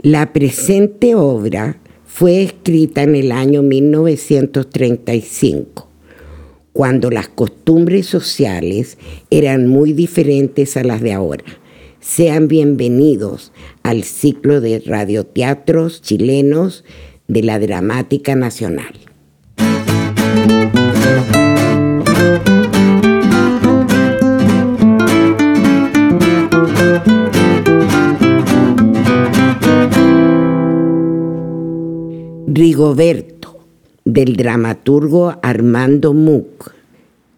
La presente obra fue escrita en el año 1935, cuando las costumbres sociales eran muy diferentes a las de ahora. Sean bienvenidos al ciclo de radioteatros chilenos de la Dramática Nacional. Rigoberto, del dramaturgo Armando Muck,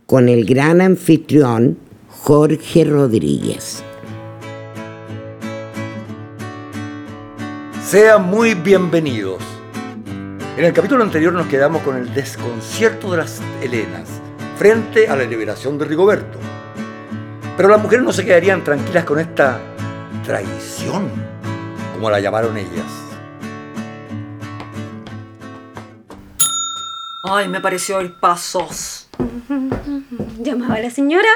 con el gran anfitrión Jorge Rodríguez. Sean muy bienvenidos. En el capítulo anterior nos quedamos con el desconcierto de las Helenas frente a la liberación de Rigoberto. Pero las mujeres no se quedarían tranquilas con esta traición, como la llamaron ellas. Ay, me pareció el pasos. ¿Llamaba a la señora?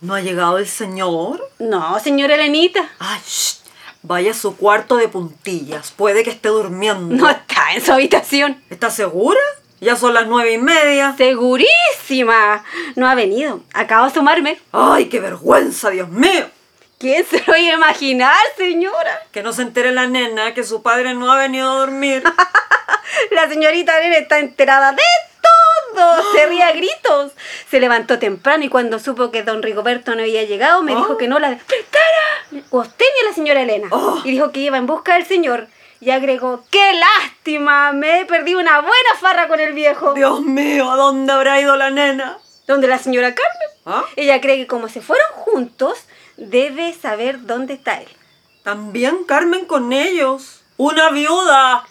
¿No ha llegado el señor? No, señora Elenita. Ay, shh. vaya a su cuarto de puntillas. Puede que esté durmiendo. No está en su habitación. ¿Está segura? Ya son las nueve y media. Segurísima. No ha venido. Acabo de asomarme. Ay, qué vergüenza, Dios mío. ¿Quién se lo iba a imaginar, señora? Que no se entere la nena que su padre no ha venido a dormir. La señorita Nene está enterada de todo. Se ría a gritos. Se levantó temprano y cuando supo que don Rigoberto no había llegado, me dijo que no la despertara. O usted ni a la señora Elena. Oh. Y dijo que iba en busca del señor. Y agregó, ¡qué lástima! Me he perdido una buena farra con el viejo. Dios mío, ¿a dónde habrá ido la nena? ¿Dónde la señora Carmen? ¿Ah? Ella cree que como se fueron juntos, debe saber dónde está él. También Carmen con ellos. Una viuda.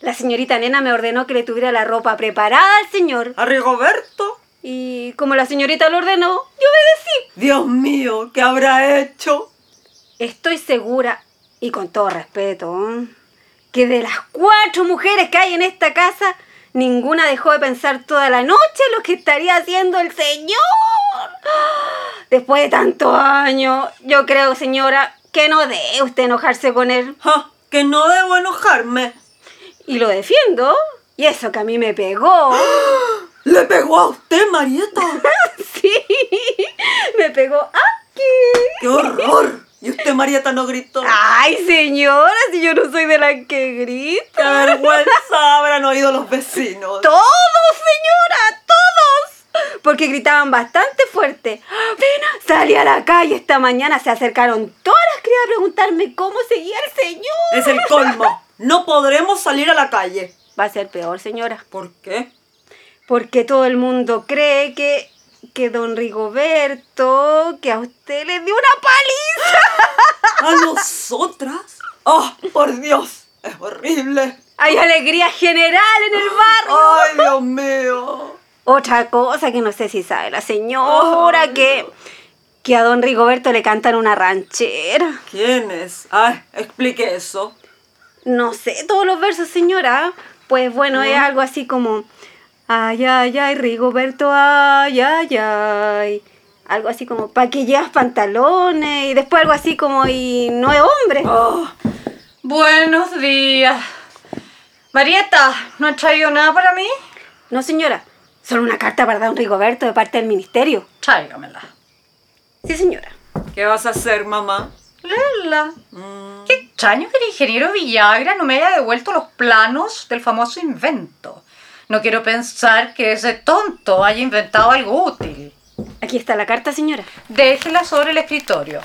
La señorita nena me ordenó que le tuviera la ropa preparada al señor. A Rigoberto. Y como la señorita lo ordenó, yo obedecí. Dios mío, ¿qué habrá hecho? Estoy segura, y con todo respeto, ¿eh? que de las cuatro mujeres que hay en esta casa, ninguna dejó de pensar toda la noche lo que estaría haciendo el señor. Después de tantos años, yo creo, señora, que no debe usted enojarse con él. Ja, ¿Ah? que no debo enojarme. Y lo defiendo. Y eso que a mí me pegó. ¿Le pegó a usted, Marieta? Sí, me pegó aquí. ¡Qué horror! Y usted, Marieta, no gritó. Ay, señora, si yo no soy de la que grita. ¡Qué vergüenza habrán oído los vecinos! Todos, señora, todos. Porque gritaban bastante fuerte. Ven, salí a la calle esta mañana, se acercaron todas las criadas a preguntarme cómo seguía el señor. Es el colmo. No podremos salir a la calle. Va a ser peor, señora. ¿Por qué? Porque todo el mundo cree que, que don Rigoberto, que a usted le dio una paliza. ¿A nosotras? ¡Oh, por Dios! ¡Es horrible! Hay alegría general en el barrio. ¡Ay, Dios mío! Oh. Otra cosa que no sé si sabe la señora, que, que a don Rigoberto le cantan una ranchera. ¿Quién es? Ay, explique eso. No sé todos los versos, señora. Pues bueno, es algo así como... Ay, ay, ay, Rigoberto, ay, ay, ay. Algo así como, pa' que llevas pantalones? Y después algo así como, y no es hombre. Oh, Buenos días. Marieta, ¿no has traído nada para mí? No, señora. Solo una carta para don Rigoberto de parte del ministerio. Tráigamela. Sí, señora. ¿Qué vas a hacer, mamá? Léela. Mm, Qué extraño que el ingeniero Villagra no me haya devuelto los planos del famoso invento. No quiero pensar que ese tonto haya inventado algo útil. Aquí está la carta, señora. Déjela sobre el escritorio.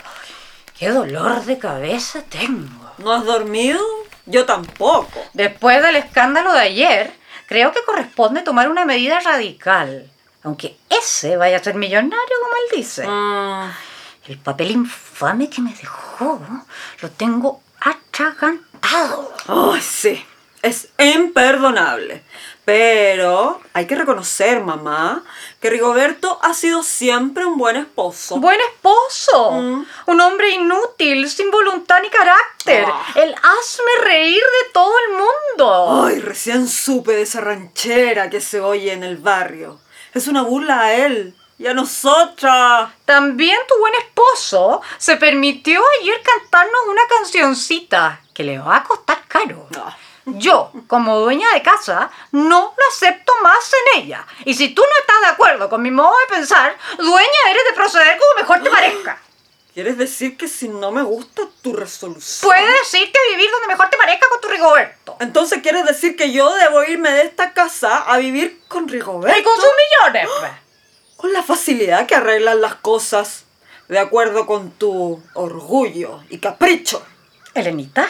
Qué dolor de cabeza tengo. ¿No has dormido? Yo tampoco. Después del escándalo de ayer, creo que corresponde tomar una medida radical. Aunque ese vaya a ser millonario, como él dice. Mm, El papel infame que me dejó lo tengo atragantado. Oh, sí, es imperdonable. Pero hay que reconocer, mamá, que Rigoberto ha sido siempre un buen esposo. Buen esposo, Mm. un hombre inútil, sin voluntad ni carácter. Ah. El hazme reír de todo el mundo. Ay, recién supe de esa ranchera que se oye en el barrio. Es una burla a él y a nosotras. También tu buen esposo se permitió ayer cantarnos una cancioncita. que le va a costar caro. Ah. Yo, como dueña de casa, no lo acepto más en ella. Y si tú no estás de acuerdo con mi modo de pensar, dueña eres de proceder como mejor te parezca. ¿Quieres decir que si no me gusta tu resolución? Puedes irte a vivir donde mejor te parezca con tu Rigoberto. Entonces quieres decir que yo debo irme de esta casa a vivir con Y Rigoberto. con sus millones. pues. Con la facilidad que arreglan las cosas, de acuerdo con tu orgullo y capricho. Elenita,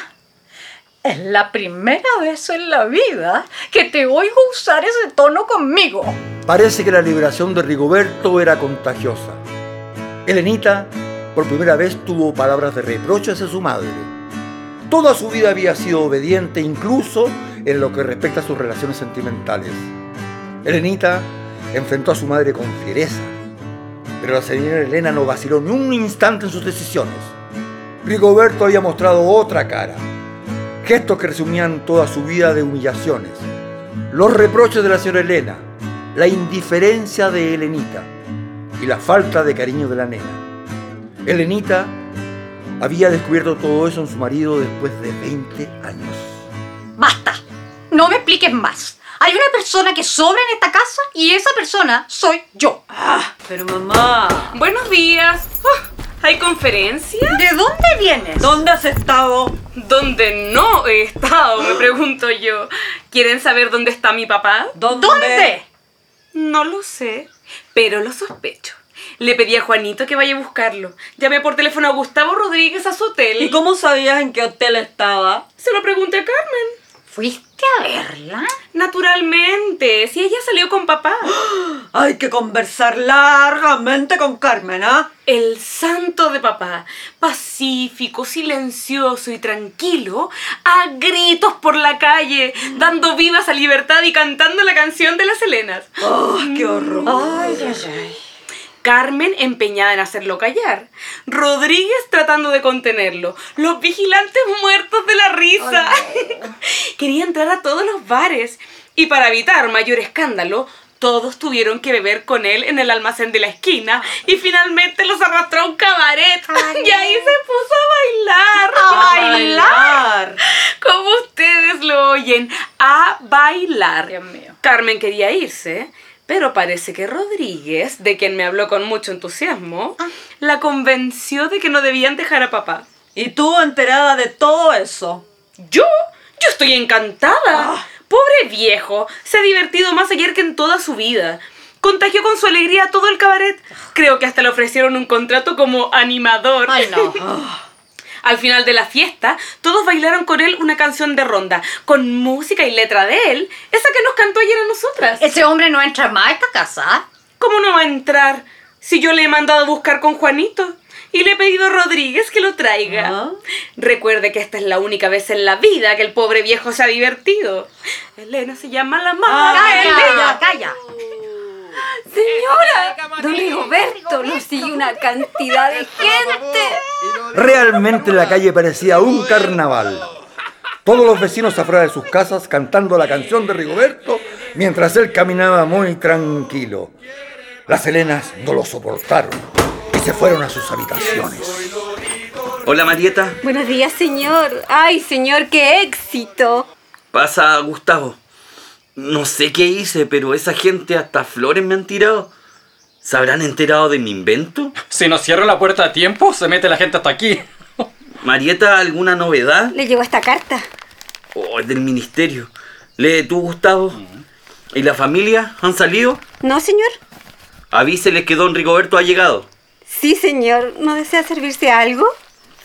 es la primera vez en la vida que te oigo usar ese tono conmigo. Parece que la liberación de Rigoberto era contagiosa. Elenita, por primera vez, tuvo palabras de reproche hacia su madre. Toda su vida había sido obediente, incluso en lo que respecta a sus relaciones sentimentales. Elenita enfrentó a su madre con fiereza, pero la señora Elena no vaciló ni un instante en sus decisiones. Rigoberto había mostrado otra cara, gestos que resumían toda su vida de humillaciones los reproches de la señora Elena, la indiferencia de Helenita y la falta de cariño de la nena. Helenita había descubierto todo eso en su marido después de 20 años. Basta, no me expliques más. Hay una persona que sobra en esta casa y esa persona soy yo. Ah, pero mamá, Buenos días. Oh, ¿Hay conferencia? ¿De dónde vienes? ¿dónde has estado? ¿Dónde no he estado? Me pregunto yo. ¿Quieren saber dónde está mi papá? ¿Dónde? ¿Dónde? No lo sé, pero lo sospecho. Le pedí a Juanito que vaya a buscarlo. Llamé por teléfono a Gustavo Rodríguez a su hotel. ¿Y cómo sabías en qué hotel estaba? Se lo pregunté a Carmen. ¿Fuiste a verla? Naturalmente, si ella salió con papá. Hay que conversar largamente con Carmen, ¿ah? El santo de papá, pacífico, silencioso y tranquilo, a gritos por la calle, dando vivas a libertad y cantando la canción de las Helenas. ¡Oh, qué horror! Ay, ay, ay. Carmen empeñada en hacerlo callar. Rodríguez tratando de contenerlo. Los vigilantes muertos de la risa. Quería entrar a todos los bares. Y para evitar mayor escándalo, todos tuvieron que beber con él en el almacén de la esquina. Y finalmente los arrastró a un cabaret. Y ahí se puso a bailar. A bailar. Como ustedes lo oyen, a bailar. Dios mío. Carmen quería irse, pero parece que Rodríguez, de quien me habló con mucho entusiasmo, Ah. la convenció de que no debían dejar a papá. ¿Y tú enterada de todo eso? ¿Yo? Yo estoy encantada. Ah. Pobre viejo, se ha divertido más ayer que en toda su vida. Contagió con su alegría a todo el cabaret. Creo que hasta le ofrecieron un contrato como animador. Ay, no. Ah. Al final de la fiesta, todos bailaron con él una canción de ronda, con música y letra de él, esa que nos cantó ayer a nosotras. Ese hombre no entra más a esta casa. ¿Cómo no va a entrar si yo le he mandado a buscar con Juanito? Y le he pedido a Rodríguez que lo traiga. Ah. Recuerde que esta es la única vez en la vida que el pobre viejo se ha divertido. Elena se llama la madre. Ah, Calla, calla. Señora, Eh, don Rigoberto lo sigue una cantidad de gente. Realmente la calle parecía un carnaval. Todos los vecinos afuera de sus casas cantando la canción de Rigoberto mientras él caminaba muy tranquilo. Las Helenas no lo soportaron y se fueron a sus habitaciones. Hola Marieta, Buenos días, señor. Ay, señor, qué éxito. pasa Gustavo. No sé qué hice, pero esa gente hasta flores me han tirado. ¿Se habrán enterado de mi invento? Si no cierro la puerta a tiempo, se mete la gente hasta aquí. Marieta, ¿alguna novedad? Le llegó esta carta. Oh, es del ministerio. ¿Lee tú, Gustavo? ¿Y la familia? ¿Han salido? ¿No, señor? Avíseles que don Rigoberto ha llegado. Sí, señor. ¿No desea servirse algo?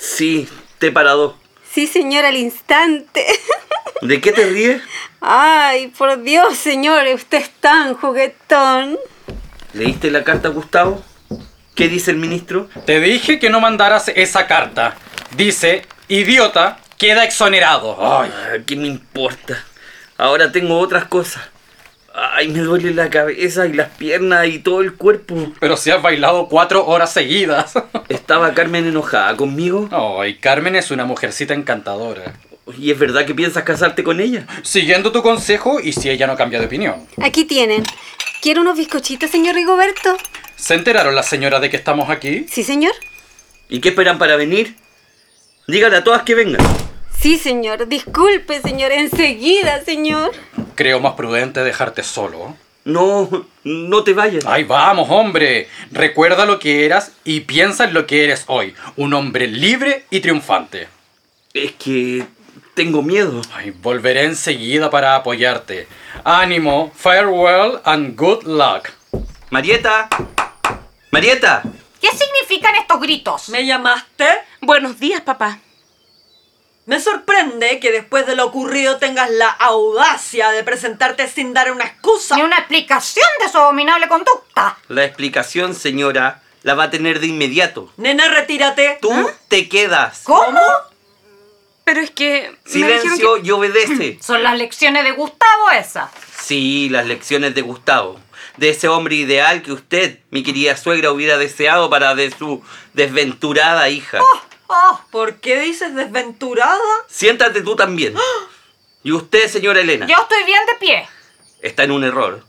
Sí, te parado. Sí, señor, al instante. ¿De qué te ríes? Ay, por Dios, señor, usted es tan juguetón. ¿Leíste la carta, Gustavo? ¿Qué dice el ministro? Te dije que no mandaras esa carta. Dice, idiota, queda exonerado. Ay. Ah, ¿Qué me importa? Ahora tengo otras cosas. Ay, me duele la cabeza y las piernas y todo el cuerpo. Pero si has bailado cuatro horas seguidas. ¿Estaba Carmen enojada conmigo? Ay, Carmen es una mujercita encantadora. ¿Y es verdad que piensas casarte con ella? Siguiendo tu consejo y si ella no cambia de opinión. Aquí tienen. ¿Quiere unos bizcochitos, señor Rigoberto? ¿Se enteraron las señoras de que estamos aquí? Sí, señor. ¿Y qué esperan para venir? Dígale a todas que vengan. Sí, señor. Disculpe, señor. Enseguida, señor. Creo más prudente dejarte solo. No, no te vayas. Ahí vamos, hombre. Recuerda lo que eras y piensa en lo que eres hoy. Un hombre libre y triunfante. Es que tengo miedo. Ay, volveré enseguida para apoyarte. Ánimo, farewell and good luck. Marieta. Marieta. ¿Qué significan estos gritos? ¿Me llamaste? Buenos días, papá. Me sorprende que después de lo ocurrido tengas la audacia de presentarte sin dar una excusa. Ni una explicación de su abominable conducta. La explicación, señora, la va a tener de inmediato. Nena, retírate. Tú ¿Ah? te quedas. ¿Cómo? Pero es que. me dijeron Silencio y obedece. Son las lecciones de Gustavo esas. Sí, las lecciones de Gustavo. De ese hombre ideal que usted, mi querida suegra, hubiera deseado para de su desventurada hija. Oh, ¿Por qué dices desventurada? Siéntate tú también. Y usted, señora Elena, yo estoy bien de pie. está en un error.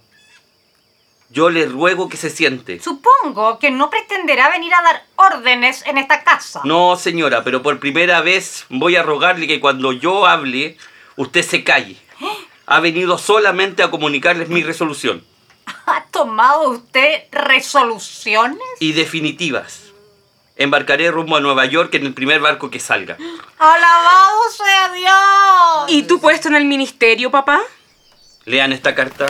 Yo le ruego que se siente. Supongo que no pretenderá venir a dar órdenes en esta casa. No, señora, pero por primera vez voy a rogarle que cuando yo hable, usted se calle. Ha venido solamente a comunicarles mi resolución. ¿Ha tomado usted resoluciones? Y definitivas. Embarcaré rumbo a Nueva York en el primer barco que salga. ¡Alabado sea Dios! ¿Y tu puesto en el ministerio, papá? Lean esta carta.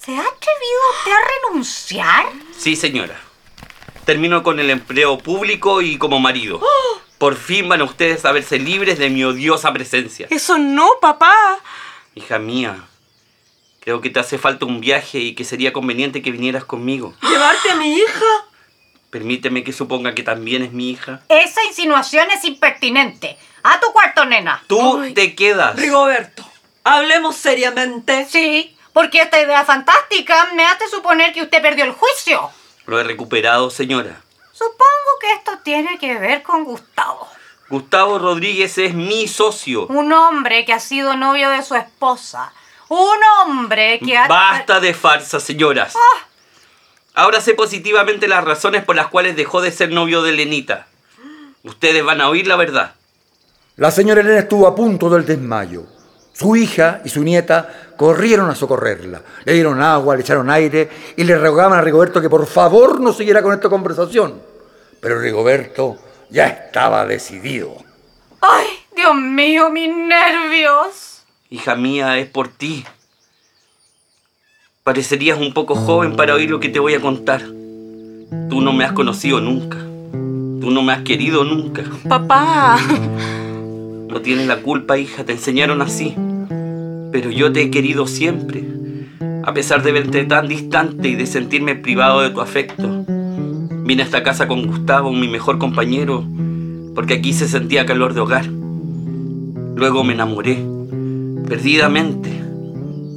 ¿Se ha atrevido usted a renunciar? Sí, señora. Termino con el empleo público y como marido. Por fin van ustedes a verse libres de mi odiosa presencia. Eso no, papá. Hija mía, creo que te hace falta un viaje y que sería conveniente que vinieras conmigo. ¿Llevarte a mi hija? Permíteme que suponga que también es mi hija. Esa insinuación es impertinente. A tu cuarto, nena. Tú te quedas. Rigoberto, hablemos seriamente. Sí, porque esta idea fantástica me hace suponer que usted perdió el juicio. Lo he recuperado, señora. Supongo que esto tiene que ver con Gustavo. Gustavo Rodríguez es mi socio. Un hombre que ha sido novio de su esposa. Un hombre que ha... Ah. Basta de farsas, señoras. Ahora sé positivamente las razones por las cuales dejó de ser novio de Lenita. Ustedes van a oír la verdad. La señora Elena estuvo a punto del desmayo. Su hija y su nieta corrieron a socorrerla. Le dieron agua, le echaron aire y le rogaban a Rigoberto que por favor no siguiera con esta conversación. Pero Rigoberto ya estaba decidido. ¡Ay, Dios mío, mis nervios! Hija mía, es por ti. Parecerías un poco joven para oír lo que te voy a contar. Tú no me has conocido nunca. Tú no me has querido nunca. Papá. No tienes la culpa, hija, te enseñaron así. Pero yo te he querido siempre, a pesar de verte tan distante y de sentirme privado de tu afecto. Vine a esta casa con Gustavo, mi mejor compañero, porque aquí se sentía calor de hogar. Luego me enamoré, perdidamente.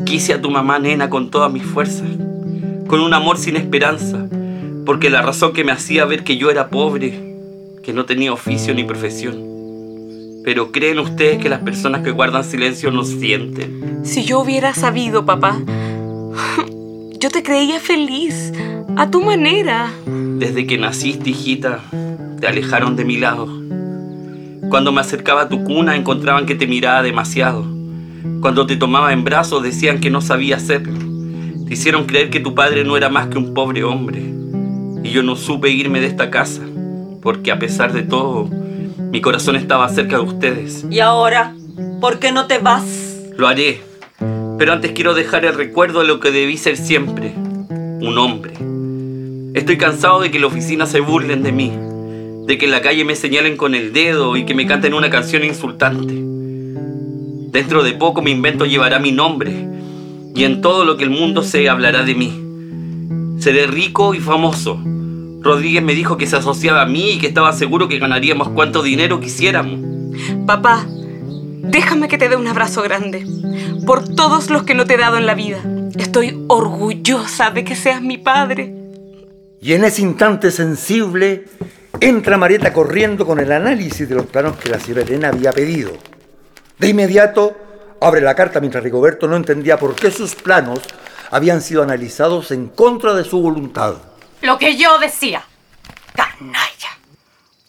Quise a tu mamá, nena, con todas mis fuerzas, con un amor sin esperanza, porque la razón que me hacía ver que yo era pobre, que no tenía oficio ni profesión. Pero ¿creen ustedes que las personas que guardan silencio no sienten? Si yo hubiera sabido, papá, yo te creía feliz, a tu manera. Desde que naciste, hijita, te alejaron de mi lado. Cuando me acercaba a tu cuna encontraban que te miraba demasiado. Cuando te tomaba en brazos decían que no sabía hacerlo. Te hicieron creer que tu padre no era más que un pobre hombre. Y yo no supe irme de esta casa, porque a pesar de todo, mi corazón estaba cerca de ustedes. ¿Y ahora? ¿Por qué no te vas? Lo haré. Pero antes quiero dejar el recuerdo de lo que debí ser siempre. Un hombre. Estoy cansado de que la oficina se burlen de mí. De que en la calle me señalen con el dedo y que me canten una canción insultante. Dentro de poco mi invento llevará mi nombre. Y en todo lo que el mundo se hablará de mí. Seré rico y famoso. Rodríguez me dijo que se asociaba a mí y que estaba seguro que ganaríamos cuanto dinero quisiéramos. Papá, déjame que te dé un abrazo grande. Por todos los que no te he dado en la vida. Estoy orgullosa de que seas mi padre. Y en ese instante sensible, entra Marieta corriendo con el análisis de los planos que la señora Elena había pedido. De inmediato, abre la carta mientras Rigoberto no entendía por qué sus planos habían sido analizados en contra de su voluntad. Lo que yo decía. Canalla.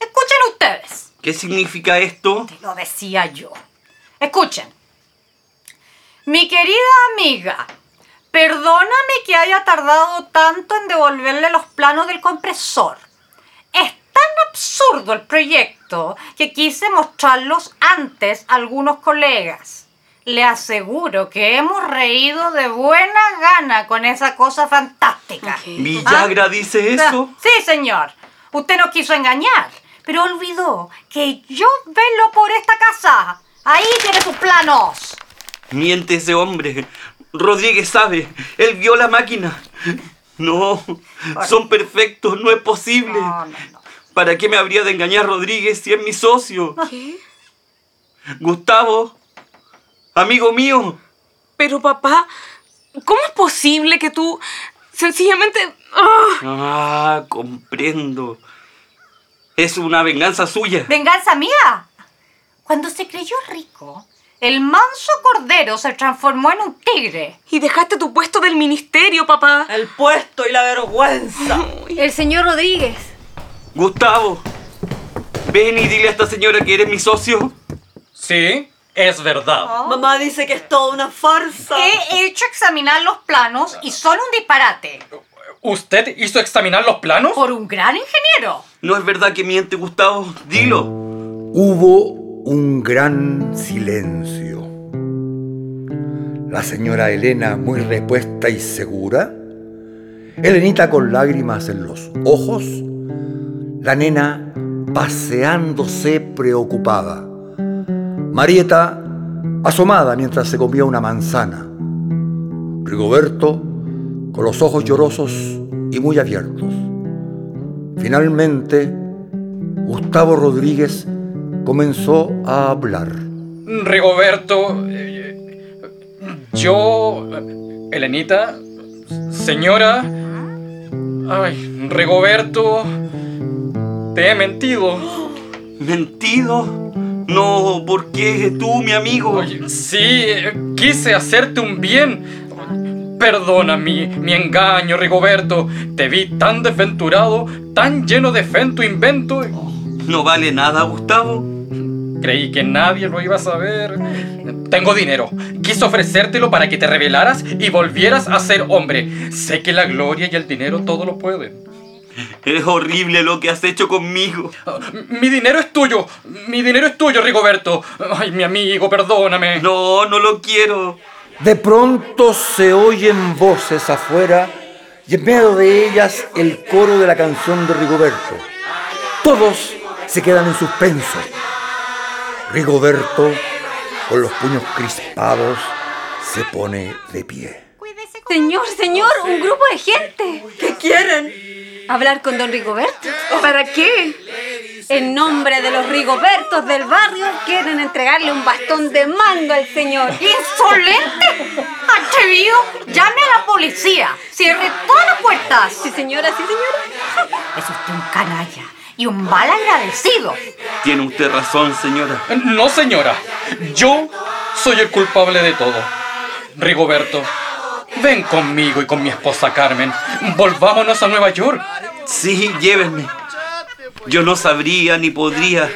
Escuchen ustedes. ¿Qué significa esto? Te lo decía yo. Escuchen. Mi querida amiga, perdóname que haya tardado tanto en devolverle los planos del compresor. Es tan absurdo el proyecto que quise mostrarlos antes a algunos colegas. Le aseguro que hemos reído de buena gana con esa cosa fantástica. ¿Villagra dice eso? Ah, Sí, señor. Usted nos quiso engañar, pero olvidó que yo velo por esta casa. Ahí tiene sus planos. Miente ese hombre. Rodríguez sabe. Él vio la máquina. No, son perfectos. No es posible. No, no, no. ¿Para qué me habría de engañar Rodríguez si es mi socio? Gustavo, amigo mío. Pero papá, ¿cómo es posible que tú sencillamente... ¡Ah! Ah, comprendo. Es una venganza suya. ¿Venganza mía? Cuando se creyó rico, el manso cordero se transformó en un tigre. Y dejaste tu puesto del ministerio, papá. El puesto y la vergüenza. El señor Rodríguez. Gustavo, ven y dile a esta señora que eres mi socio. Sí, es verdad. Mamá dice que es toda una farsa. He hecho examinar los planos y son un disparate. ¿Usted hizo examinar los planos? Por un gran ingeniero. No es verdad que miente, Gustavo. Dilo. Hubo un gran silencio. La señora Elena, muy repuesta y segura. Elenita con lágrimas en los ojos. La nena paseándose preocupada. Marieta asomada mientras se comía una manzana. Rigoberto con los ojos llorosos y muy abiertos. Finalmente, Gustavo Rodríguez comenzó a hablar. Rigoberto, eh, yo, Elenita, señora, ay, Rigoberto, te he mentido. ¿Mentido? No, ¿por qué tú, mi amigo? Oye, sí, eh, quise hacerte un bien. Perdona mi, mi engaño, Rigoberto. Te vi tan desventurado, tan lleno de fe en tu invento. No vale nada, Gustavo. Creí que nadie lo iba a saber. Tengo dinero. Quise ofrecértelo para que te revelaras y volvieras a ser hombre. Sé que la gloria y el dinero todo lo pueden. Es horrible lo que has hecho conmigo. Ah, Mi dinero es tuyo. Mi dinero es tuyo, Rigoberto. Ay, mi amigo, perdóname. No, no lo quiero. De pronto se oyen voces afuera y en medio de ellas el coro de la canción de Rigoberto. Todos se quedan en suspenso. Rigoberto, con los puños crispados, se pone de pie. Señor, señor, un grupo de gente. ¿Qué quieren? Hablar con don Rigoberto. ¿Para qué? En nombre de los Rigobertos del barrio, quieren entregarle un bastón de mando al señor. ¡Insolente! ¡Atrevido! ¡Llame a la policía! ¡Cierre todas las puertas! Sí, señora, sí, señora. Es usted un canalla y un mal agradecido. Tiene usted razón, señora. No, señora. Yo soy el culpable de todo. Rigoberto, ven conmigo y con mi esposa Carmen. Volvámonos a Nueva York. Sí, llévenme. Yo no sabría ni podría.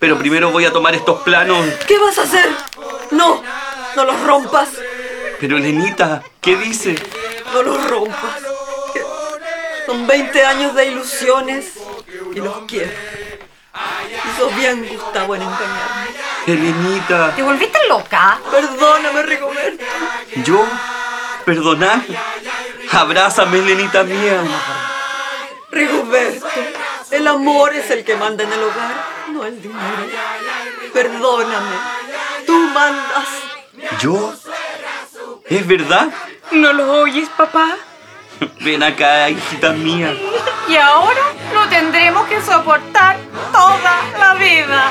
Pero primero voy a tomar estos planos. ¿Qué vas a hacer? No, no los rompas. Pero Lenita, ¿qué dice? No los rompas. Son 20 años de ilusiones y los quiero. Y sos bien, Gustavo, en engañarme. Elenita, ¿Te volviste loca? Perdóname, Rigoberto. yo, perdonar. Abrázame, Lenita mía. Rigoberto, el amor es el que manda en el hogar, no el dinero. Perdóname, tú mandas. ¿Yo? ¿Es verdad? ¿No lo oyes, papá? Ven acá, hijita mía. Y ahora lo tendremos que soportar toda la vida.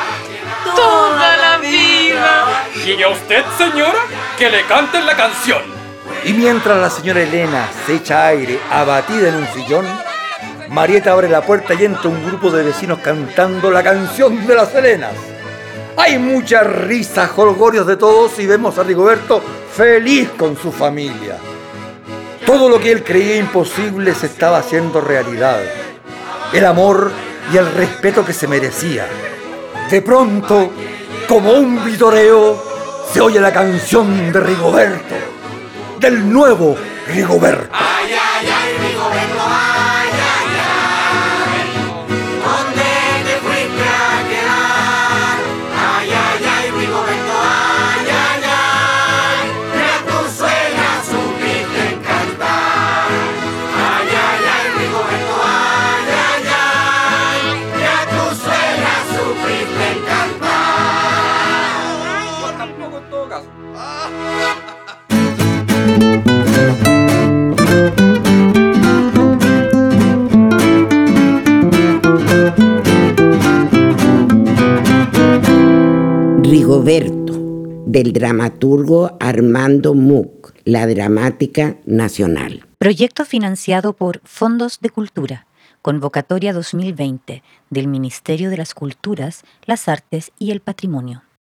Toda la vida. Y a usted, señora, que le canten la canción. Y mientras la señora Elena se echa aire abatida en un sillón, Marieta abre la puerta y entra un grupo de vecinos cantando la canción de las Elenas. Hay muchas risas, jolgorios de todos y vemos a Rigoberto feliz con su familia. Todo lo que él creía imposible se estaba haciendo realidad. El amor y el respeto que se merecía. De pronto, como un vitoreo, se oye la canción de Rigoberto, del nuevo Rigoberto. Tampoco en todo caso. Rigoberto, del dramaturgo Armando Muck, la dramática nacional. Proyecto financiado por Fondos de Cultura, Convocatoria 2020 del Ministerio de las Culturas, las Artes y el Patrimonio.